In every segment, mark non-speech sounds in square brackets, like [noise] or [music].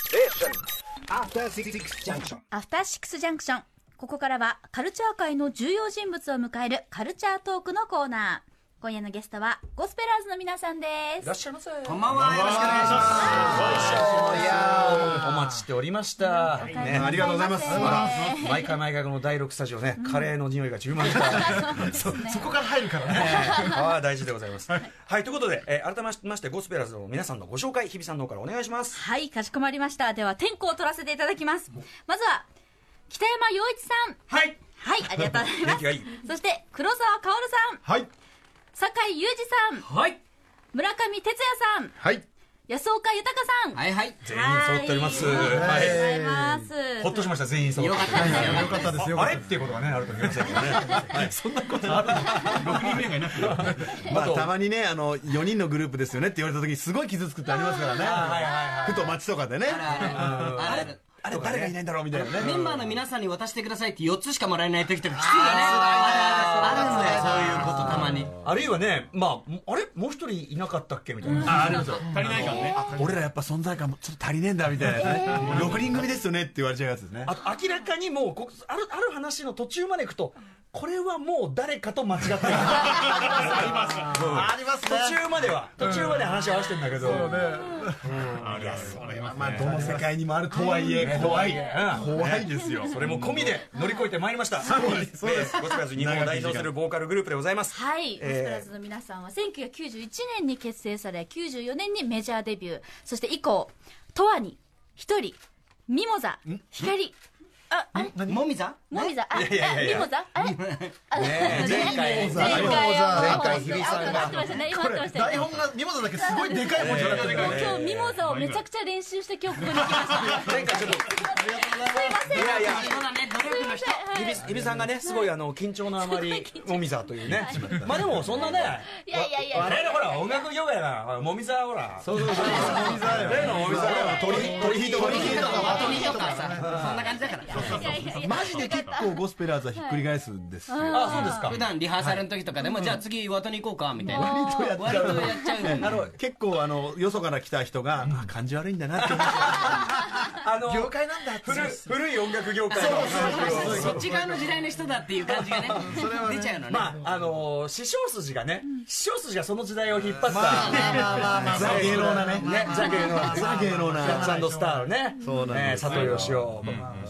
Station. After Six Junction. アフターシックスジャンクション。ここからはカルチャー界の重要人物を迎えるカルチャートークのコーナー。今夜のゲストはゴスペラーズの皆さんです。こんばんは。よろしくお願いします。いやーお待ちしておりました。お帰りなねさありがとうございますせ毎回毎回この第6スタジオね、カレーの匂いが充満した。 [laughs] そそこから入るからね [laughs] はい、大事でございます。はい、ということで、えー改めまして、ゴスペラーズの皆さんのご紹介、日比さんの方からお願いします。はい、かしこまりました。では、天候を取らせていただきます。まずは、北山洋一さん。はい。はい、ありがとうございま元気がいい。す。そして、黒沢薫さん、はい酒井裕二さん、はい。村上哲也さん、はい安岡豊さん。はいはい。全員揃っております。はいあはりがとうごい。ざいます。ほっとしました、全員揃よっ。かってたですよ。よかったですよああれっていうことがね、あると思いま [laughs] せんけどね。まあ、たまにねあの4人のグループですよねって言われた時にすごい傷つくってありますからねふと街とかでねあれあれ誰がいないんだろうみたいなねメンバーの皆さんに渡してくださいって4つしかもらえない時とかきついよね。あるんだよ、そういうことたまに。あるいはね、まあ、あれもう一人いなかったっけみたいな。ありますよ足りないからね俺らやっぱ存在感もちょっと足りねえんだみたいなやつ [laughs] ね6人組ですよねって言われちゃうやつですねあと明らかにもうこあるある話の途中まで行くとこれはもう誰かと間違ってるあります途中までは途中まで話を合わせてんだけど、あるあるそれはまあどの世界にもあるとはいえ怖い怖いですよそれも込みで乗り越えてまいりましたそうですそうですゴスペラーズ日本を代表するボーカルグループでございますはい、ゴスペラえーズの皆さんは1991年に結成され、94年にメジャーデビュー。そして以降、とわに、ひとり、ミモザ、光、あ、あれあるんだよ。もみざモミザ、あ、あいやいやいミやモザ、あれーねえ前回前回は前回回日比さんが合ってましたね今合こってまれしたよ台ね本が荷物だけすごいでかい文字だったもう今日ミモザをめちゃくちゃ練習して今日ここに来ました。前回ちょっといやいや。そうだね、努力の人。イビイビさんがねすごいあの緊張のあま [laughs] りもみざというねまあでもそんなねいやいやいやわ我々ほら音楽業界だからもみざほらそうそうそう例のもみざ鳥鳥引いとかとかバトミとかさ、そんな感じだから。いやいやいやマジで結構ゴスペラーズはひっくり返すんですよあそうですか普段リハーサルの時とかでも、じゃあ次ワトに行こうか、みたいな。割とやっち割ゃとうやっちゃうよねあの結構あのよそから来た人が、あ感じ悪いんだなって思っあの界なんだって古い古い音楽業界のそっち側の時代の人だっていう感じがね、出ちゃうのね。まああのー、師匠筋がね、師匠筋がその時代を引っ張った、ザ芸能なねね、ザ芸能、ザ芸能なジャッジアンドスターのね、そうなんですね佐藤義雄、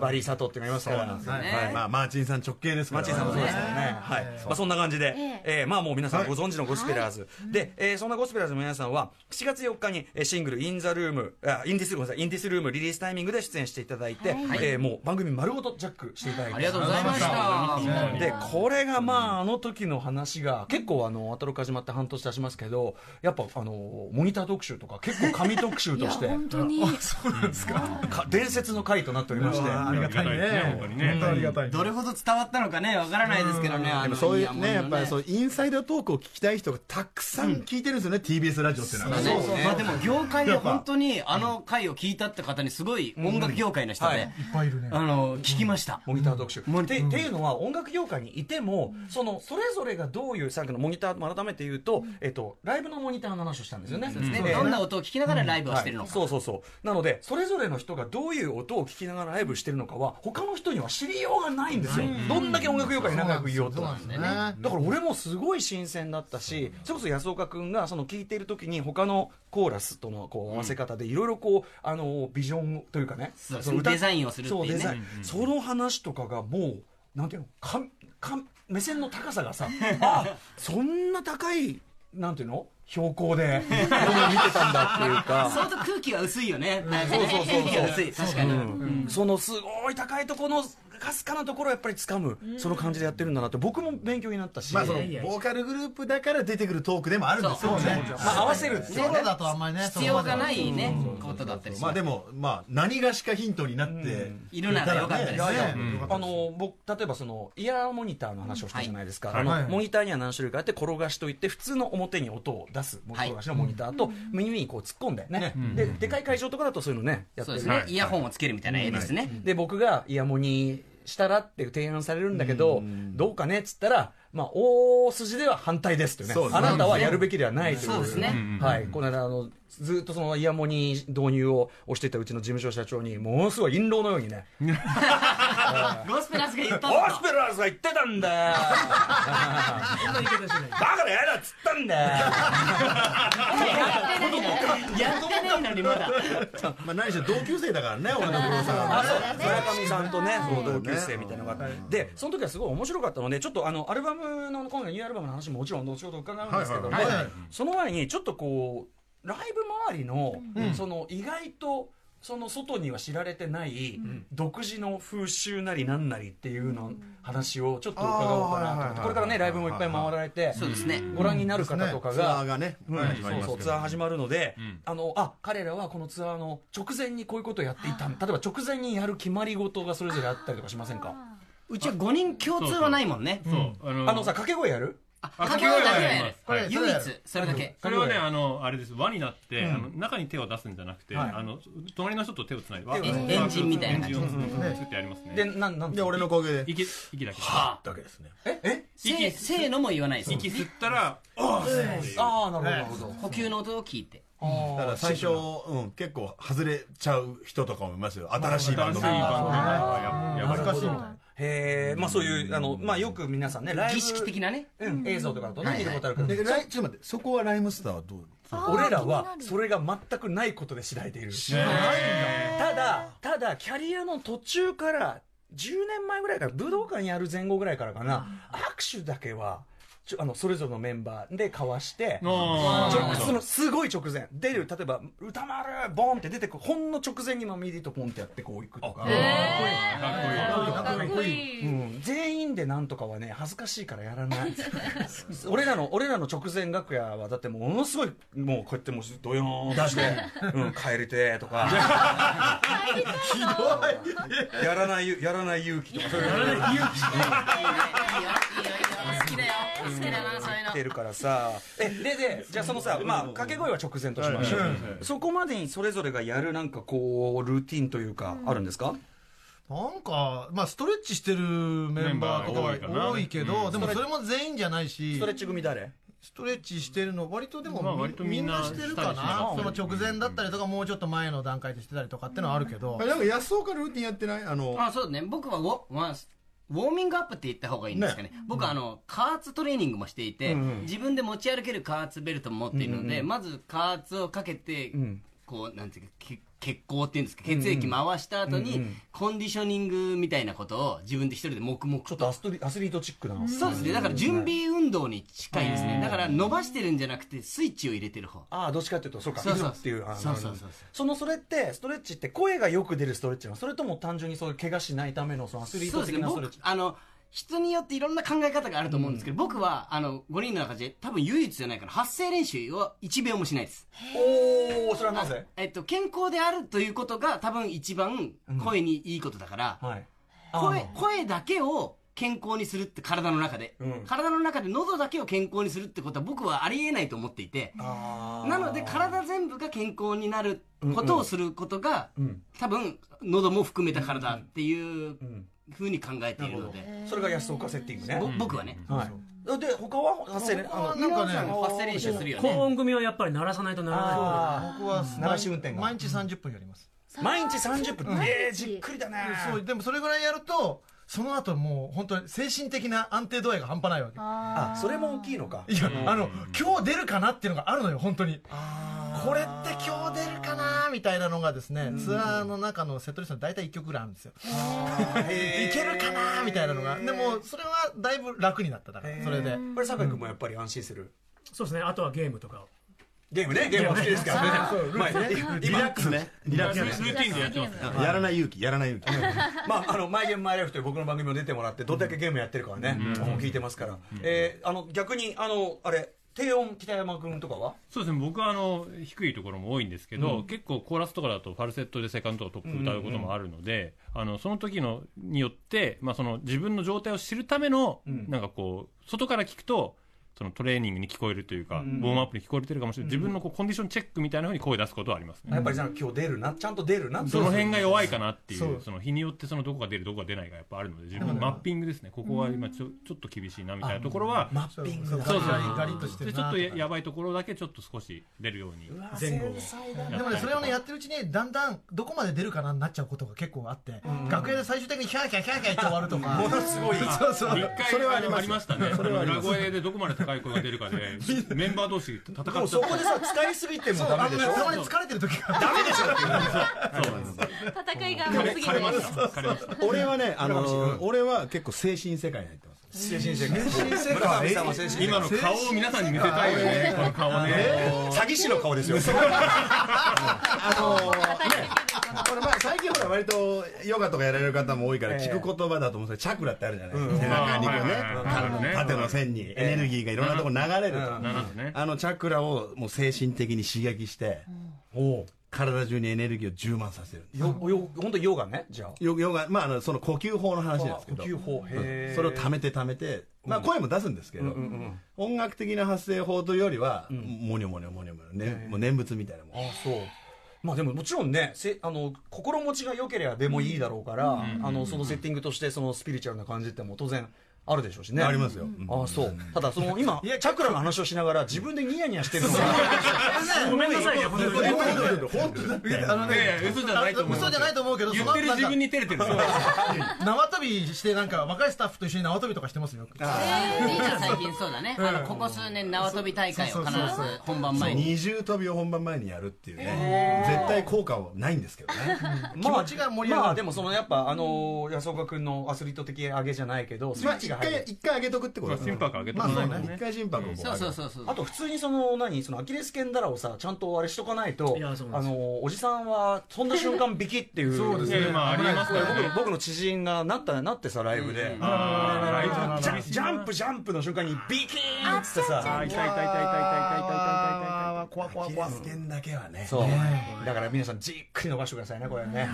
バリー佐藤っていうのがいますから、はいねはいまあマーチンさん直系ですからマチンさんもそうですからね、はいまあ、そんな感じで、ええーまあ、もう皆さんご存知のゴスペラーズ、で、えーそんなゴスペラーズの皆さんは、7月4日にえーシングル、イン・ザ・ルーム、あインディスごめんなさいインディスルームリリースタイミングで出演していただいて、えーもう番組丸ごとジャックしていただいて、ありがとうございました。でこれがまああの時の話が結構あのアトロク始まって半年経ちますけどやっぱあのモニター特集とか結構紙特集として本当に。か伝説の回となっておりましてありがたいね本当にね本当ありがたいどれほど伝わったのかね、わからないですけどね。あでのもそういうものねやっぱりそうインサイドトークを聞きたい人がたくさん聞いてるんですよね、TBS ラジオっていうのはそうそうまあでも業界で本当にあの回を聞いたって方にすごい音楽業界の人うんはでい、ぱいいるねあの、聞きました。モニター特集、モニてっていうのは音楽業界にいてもそのそれぞれがどういうさっきのモニターも改めて言うと、えっと、ライブのモニターの話をしたんですよね。ねえーどんな音を聞きながらライブをしてるのはいか。そうそうそうなのでそれぞれの人がどういう音を聞きながらライブしてるのかは他の人には知りようがないんですよ、どんだけ音楽業界に長くいようとだから俺もすごい新鮮だったし、それこそ安岡君がその聞いてる時に他のコーラスとのこう合わせ方でいろいろこうあのビジョンというかねそうの歌デザインをするっていうねそうデザインその話とかがもうなんていうのかんかん目線の高さがさ [laughs] あそんな高いなんていうの標高で見てたんだっていう [laughs] か相当空気は薄いよね。そうそうそうそう空気は薄い、確かに。そのすごい高いところのかすかなところをやっぱり掴む、その感じでやってるんだなって僕も勉強になったし、まあそのボーカルグループだから出てくるトークでもあるんですよねまあ合わせるっていうソロだとあんまりね必要がないね、ことだったりしままあすでもまあ何がしかヒントになっているならよかったですいやいやあの僕例えばそのイヤーモニターの話をしたじゃないですか、あのはいモニターには何種類かあって転がしといて普通の表に音を出す転がしのモニターと、耳にこう突っ込んでね、ででかい会場とかだとそういうのねやっそてうるですね。イヤホンをつけるみたいな絵ですね。で僕がイヤモニしたらって提案されるんだけど、どうかねっつったら、まあ、大筋では反対ですというねそうですねあなたはやるべきではないというそうですねはい、この間あのずっとそのイヤモニ導入を押していたうちの事務所社長にものすごい印籠のようにね [laughs] ゴスペラーズが言「ったんオスだペラーズが言ってたんだ [laughs] よだからやだっつったんだよ」やってないのにまだまあ何しろ同級生だからね俺のプロさんあはねそう村上さんとね、その同級生みたいなのがあって、で、その時はすごい面白かったので、ちょっとあのアルバムの、今回、ニューアルバムの話ももちろん、後ほど伺うんですけどもはいはいはい、その前に、ちょっとこう、ライブ周りの、その意外と、その外には知られてない独自の風習なりなんなりっていうの話をちょっと伺おうかなと思ってあーこれからねライブもいっぱい回られてそうですねご覧になる方とかツアーががねうんはいそうそうツアー始まるので、んあのあ彼らはこのツアーの直前にこういうことをやっていた例えば直前にやる決まり事がそれぞれあったりとかしませんかうちは5人共通はないもんねそうあのあのさ掛け声やるああ掛け声だけはやる掛け声はやりますはい唯一それだけそれはねあのあれです輪になって、うんあの中に手を出すんじゃなくて、はいあの隣の人と手をつないで手をつないでわエンジンみたいなエンジンを作ってやりますねでなんなんで俺のおかげで息息だけだけですねええせせーのも言わないです息吸ったらああなるほどなるほど呼吸の音を聞いてだあから最初、うん、結構外れちゃう人とかもいますよ新しいバ新ンしドいメンババンドやっぱやっぱりー恥ずかしいみたいへえまあそういうあのまあよく皆さんねライブ儀式的なねうん映像とかだとね見たことあるけどでライちょっと待ってそこはライムスターはどう俺らはそれが全くないことで知られているただただキャリアの途中から10年前ぐらいから武道館やる前後ぐらいからかな握手だけはちょあのそれぞれのメンバーで交わしてあちょそのすごい直前出る例えば歌丸ボンって出てくるほんの直前にマミリとポンってやってこう行くとか、ーかっこいいかっこいいうん全員でなんとかはね恥ずかしいからやらない [laughs] 俺らの俺らの直前楽屋はだってもうものすごいもうこうやってもうドヨーン出 [laughs] して「うん帰りて」とか「やらないゆやらない勇気」とかそういうの好きだよ好きだなそういうやってるからさえででじゃあそのさまあ掛け声は直前としましょうそこまでにそれぞれがやるなんかこうルーティンというかあるんですかなんか、まあ、ストレッチしてるメンバーとかメンバーが多いかなは多いけど、でもそれも全員じゃないスしト、レッチ組誰ストレッチしてるの、割とでも、まあ割とみみんんななしてるかな、したそのりします直前だったりとか、もうちょっと前の段階でしてたりとかってのはあるけどあ、なんか安岡ルーティンやってないあののあそうね僕はウォ,、まあ、ウォーミングアップって言った方がいいんですかね僕はあの加圧トレーニングもしていて、自分で持ち歩ける加圧ベルトも持っているので、まず加圧をかけて、こうなんていうかけ血行っていうんですか血液回した後に、コンディショニングみたいなことを自分で一人で黙々ちょとっとアストリアスリートチックなそうですねだから準備運動に近いですねだから伸ばしてるんじゃなくてスイッチを入れてる方ああどっちかっていうとそうかそうそういいっていうあのそうそうそうそうそのそれってストレッチって声がよく出るストレッチなのそれとも単純にそういう怪我しないためのそのアスリーそうトです的ねなストレッ僕チあの人によっていろんな考え方があると思うんですけど、僕はあの5人の中で多分唯一じゃないから発声練習を1秒もしないです、おおそれはなぜえっと、健康であるということが多分一番声にいいことだから、はい声声だけを健康にするって体の中で、うん体の中で喉だけを健康にするってことは僕はありえないと思っていてあーなので体全部が健康になることをすることが、うん多分喉も含めた体っていううんふうに考えているので、それが安岡セッティングねぼ僕はね、はいで他は発声ねあのなんかなんね、か発声練習するよ高ね。音組はやっぱり鳴らさないとならないのであ僕は流し運転が毎日30分やります。ー毎日30分えーじっくりだねそう、でもそれぐらいやると、その後もう本当に精神的な安定度合いが半端ないわけ。あそれも大きいのかいや、あの、今日出るかなっていうのがあるのよ、本当に。これって [laughs] 今日出るかなみたいなのがですね、ツアーの中のセットリストに大体1曲ぐらいあるんですよ。いけるかなみたいなのが。でも、それはだいぶ楽になっただから、それで。これ酒井君もやっぱり安心するそうですねあとはゲームとかをゲームねゲームは好きですからねまあリラックスねリラッルクスーティンでやってますねやらない勇気やらない勇気まあ、あの、マイゲームマイライフという僕の番組も出てもらって、どれだけゲームやってるかはね、もう聞いてますから。えーあの、逆に、あの、あれ、低音北山君とかはそうですね僕はあの低いところも多いんですけど、結構コーラスとかだとファルセットでセカンドとかトップ歌うこともあるので、あのその時のによって、まあ、その自分の状態を知るための、なんかこう外から聞くとそのトレーニングに聞こえるというか、ウォームアップに聞こえてるかもしれない、自分のこうコンディションチェックみたいなふうに声出すことはありますね、やっぱりじゃあ今日出るなちゃんと出るなってその辺が弱いかなっていうそそうの日によってそのどこが出るどこが出ないがやっぱあるので自分のマッピングですねここは今ちょちょっと厳しいなみたいなところはマッピングそうそうガリッとしてでるちょなっとやとやばいところだけちょっと少し出るように前後をかでもねそれをねやってるうちにだんだんどこまで出るかなになっちゃうことが結構あって楽屋で最終的にキャーキャーキャーキャー言って終わるとかものすごいそうそう一回それはあありりますありましたねあの裏声でどこまで高い声が出るかでメンバー同士戦ったでもそこでさ使いすぎても [laughs] ダメでしょたまに疲れてる時が戦いが甘すぎて枯れました枯れました俺はね、あの、俺は結構精神世界に入ってます。精神世界精神世界さんも精神世界今の顔を皆さんに見せたいよねこの顔ね詐欺師の顔ですよこれまあ最近ほら割とヨガとかやられる方も多いから聞く言葉だと思うんですけどチャクラってあるじゃないですか背中にこうんはいはいはういね縦の線にエネルギーがいろんなとこ流れるなるとほどねあのチャクラをもう精神的に刺激して体中にエネルギーを充満させるよよ本当ヨガねじゃあヨヨガまああのその呼吸法の話なんですけど呼吸法へーそれを溜めて溜めてまあ声も出すんですけど音楽的な発声法というよりはモニョモニョモニョモニョねもう念仏みたいなもんあそうまあでももちろんねせあの心持ちが良ければでもいいだろうから、あのそのセッティングとしてそのスピリチュアルな感じってもう当然あるでしょうしねありますようんあそうただその今チャクラの話をしながら自分でニヤニヤしてるのがごめんなさいね本当にあのねね嘘じゃないと思う嘘じゃないと思うけど言ってる自分にに照れてるんですよ縄跳びしてなんか若いスタッフと一緒に縄跳びとかしてますよよくリーダー最近そうだね、あのここ数年縄跳び大会を必ず本番前に二重跳びを本番前にやるっていうね、絶対効果はないんですけどね気持ちが盛り上がるまあでもそのやっぱあの安岡君のアスリート的上げじゃないけどスイまあッ一チが入回る一回上げとくってことだね心拍上げてまもあそらうないとねね一回心拍をこうそうそうそうそうあと普通にその何そのアキレス腱だらをさちゃんとあれしとかないといやそうなんあですのおじさんはそんな瞬間ビキっていうそういやいやまあありえますから僕ねの僕の知人がなったなってさライブで、あージャンジャンプジャンプの瞬間にビキーンっつってあさー痛い痛い痛い痛い痛い痛い痛い痛い痛い痛い怖い怖い怖アいキレス腱だけはねそうだから皆さんじっくり伸ばしてくださいねこれね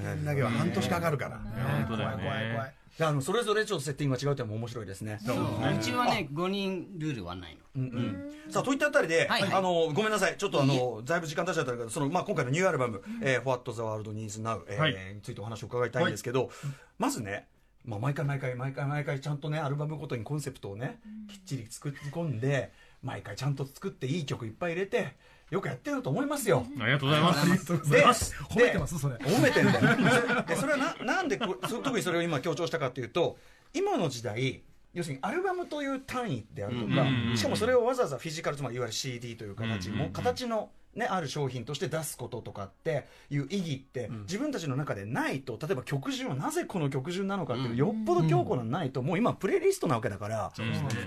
腱だけは半年かかるから本当だよね怖い怖いであのそれぞれちょっとセッティングが違うっていうのも面白いですねうちはね5人ルールはないのさあといったあたりで、はいはいあのごめんなさいちょっとあのだいぶ時間経っちゃったけどそのまあ今回のニューアルバム「えー What the World Needs Now、えーはいについてお話を伺いたいんですけど、まずねまあ、毎回毎回毎回毎回ちゃんとねアルバムごとにコンセプトをねきっちり作り込んで毎回ちゃんと作っていい曲いっぱい入れてよくやってると思いますよ。ありがとうございますで褒めてますそれ褒めてんだよでそれはななんでこそ特にそれを今強調したかというと今の時代要するにアルバムという単位であるとか、しかもそれをわざわざフィジカルつまりいわゆる CD という形も、形の、ね、ある商品として出すこととかっていう意義って、自分たちの中でないと例えば曲順はなぜこの曲順なのかっていう、よっぽど強固なのないと、もう今プレイリストなわけだから。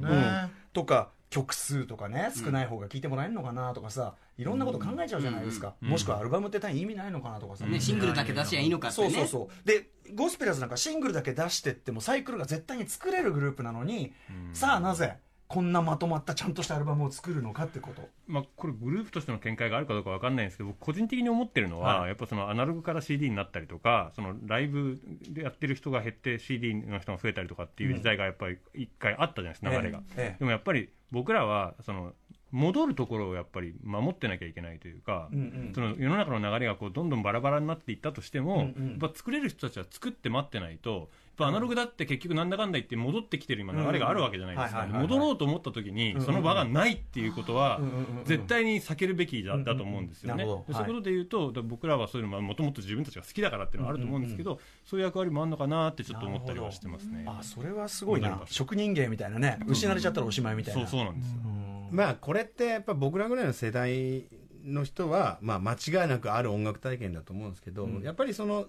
うんとか曲数とかね少ない方が聴いてもらえるのかなとかさ、いろんなこと考えちゃうじゃないですか、もしくはアルバムって単位意味ないのかなとかさ、ね、シングルだけ出しゃいいのかってそうねそうそうでゴスペラーズなんかシングルだけ出してってもサイクルが絶対に作れるグループなのに、さあなぜこんなまとまったちゃんとしたアルバムを作るのかってことまあ、これグループとしての見解があるかどうかわかんないんですけど僕個人的に思ってるのは、やっぱそのアナログから CD になったりとかそのライブでやってる人が減って CD の人が増えたりとかっていう時代がやっぱり一回あったじゃないですか、流れが、ええええでもやっぱり僕らはその戻るところをやっぱり守ってなきゃいけないというか、その世の中の流れがこうどんどんバラバラになっていったとしても、やっぱ作れる人たちは作って待ってないとやっぱアナログだって結局なんだかんだ言って戻ってきてる今流れがあるわけじゃないですうんかはいはいはいはい戻ろうと思った時にその場がないっていうことは絶対に避けるべきだだと思うんですよなね。でるほどそういうことで言うとだ僕らはそういうのもともと自分たちが好きだからっていうのはあると思うんですけどそういう役割もあるのかなってちょっと思ったりはしてますね。あそれはすごいな職人芸みたいなね失われちゃったらおしまいみたいそな、うそうなんですよ。まあこれってやっぱ僕らぐらいの世代の人は、まあ、間違いなくある音楽体験だと思うんですけど、やっぱりその好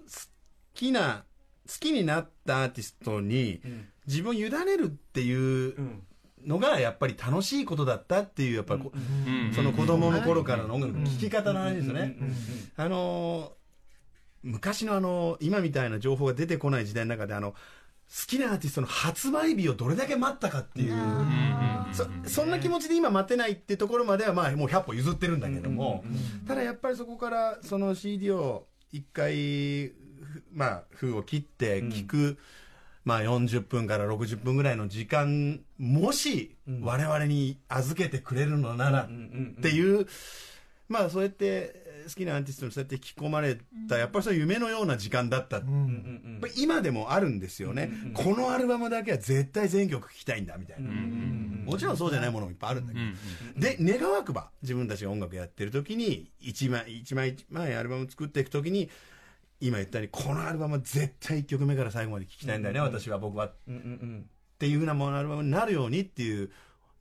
きな好きになったアーティストに自分を委ねるっていうのがやっぱり楽しいことだったっていうやっぱりこ、うんその子供の頃からの音楽の聴き方の話ですよね。あのー昔のあの今みたいな情報が出てこない時代の中であの好きなアーティストの発売日をどれだけ待ったかっていうそそんな気持ちで今待てないってところまではまあもう100歩譲ってるんだけどもただやっぱりそこからその CD を一回ふまあ封を切って聞くまあ40分から60分ぐらいの時間、もし我々に預けてくれるのならっていう、まあそうやって好きなアーティストにそうやって引き込まれた、やっぱりその夢のような時間だった。やっぱり今でもあるんですよね。このアルバムだけは絶対全曲聴きたいんだみたいな。もちろんそうじゃないものもいっぱいあるんだけど。で、願わくば、自分たちが音楽やってる時に、一枚一枚一枚アルバム作っていく時に、今言ったように、このアルバムは絶対1曲目から最後まで聴きたいんだよね、私は、僕は。っていうふうなものアルバムになるようにっていう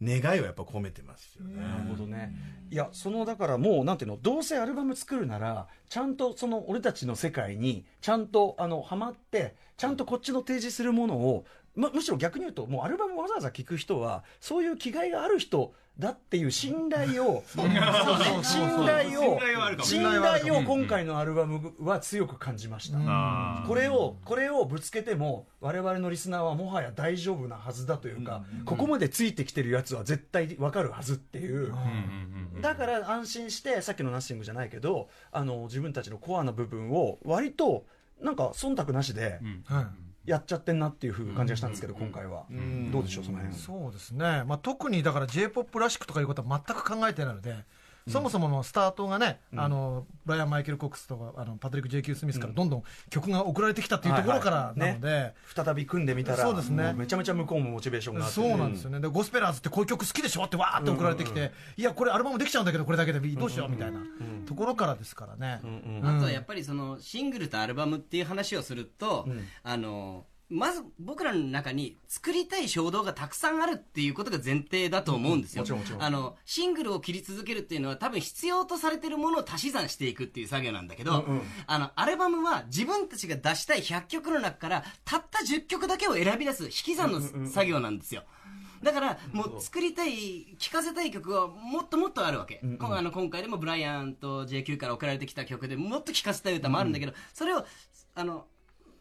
願いをやっぱ込めてますよね。なるほどね。いや、そのだからもう、なんていうの、どうせアルバム作るなら、ちゃんとその俺たちの世界に、ちゃんとあの、ハマって、ちゃんとこっちの提示するものを、むむしろ逆に言うと、もうアルバムわざわざ聴く人は、そういう気概がある人だっていう信頼を、 [laughs] そうね信頼を信頼はあるか、も信頼を今回のアルバムは強く感じました。あーこれを、これをぶつけても、我々のリスナーはもはや大丈夫なはずだというか、ここまでついてきてるやつは絶対わかるはずっていう。だから安心して、さっきのナッシングじゃないけど、あの、自分たちのコアな部分を、割と、なんか、忖度なしで、やっちゃってんなっていう風感じがしたんですけど、今回は。どうでしょう、その辺。そうですね、まあ、特にだから j p o p らしくとかいうことは全く考えてないので、そもそものスタートがね、あのブライアン・マイケル・コックスとかあのパトリック・ J.Q. スミスからどんどん曲が送られてきたっていうところからなので。はいはいね再び組んでみたら、そうですねもめちゃめちゃ向こうもモチベーションがあってそうなんですよね、でゴスペラーズってこういう曲好きでしょってわーって送られてきて、いや、これアルバムできちゃうんだけど、これだけでどうしようみたいなところからですからね、あとはやっぱりそのシングルとアルバムっていう話をすると、あのまず僕らの中に作りたい衝動がたくさんあるっていうことが前提だと思うんですよ。あのシングルを切り続けるっていうのは多分必要とされてるものを足し算していくっていう作業なんだけど、あのアルバムは自分たちが出したい100曲の中からたった10曲だけを選び出す引き算の作業なんですよ。だから、もう作りたい、聴かせたい曲はもっともっとあるわけ。こあの今回でもブライアンと JQ から送られてきた曲でもっと聴かせたい歌もあるんだけど、それを、あの、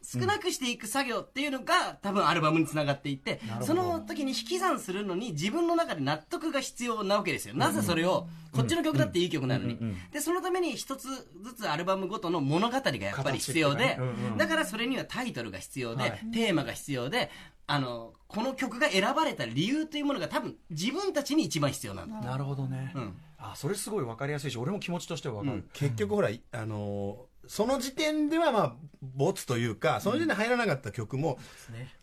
少なくしていく作業っていうのが多分アルバムにつながっていって、その時に引き算するのに自分の中で納得が必要なわけですよ。なぜそれを、こっちの曲だっていい曲なのに。で、そのために一つずつアルバムごとの物語がやっぱり必要で、だからそれにはタイトルが必要で、テーマが必要で、あの、この曲が選ばれた理由というものが多分自分たちに一番必要なんだ。なるほどね、うんあそれすごい分かりやすいし俺も気持ちとしては分かる、結局ほら、あのーその時点ではまあ、ボツというか、その時点で入らなかった曲も、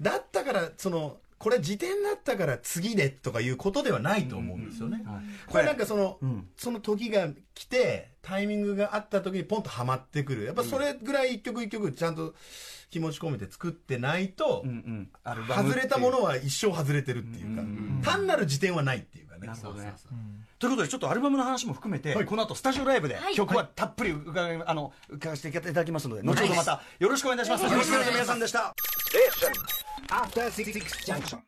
だったから、その、これ時点だったから次でとかいうことではないと思うんですよね。これなんかその、その時が来て、タイミングがあった時にポンとハマってくる。やっぱそれぐらい一曲一曲ちゃんと気持ち込めて作ってないと、アルバムっ外ていうれたものは一生外れてるっていうか、単なる時点はないっていうかね。そうそうそう。ということでちょっとアルバムの話も含めて、この後スタジオライブではい曲はたっぷり伺い、あの伺わせていただきますので後ほどまたよろしくお願いいたします、よろしくお願いします皆さんでした After Six Junction.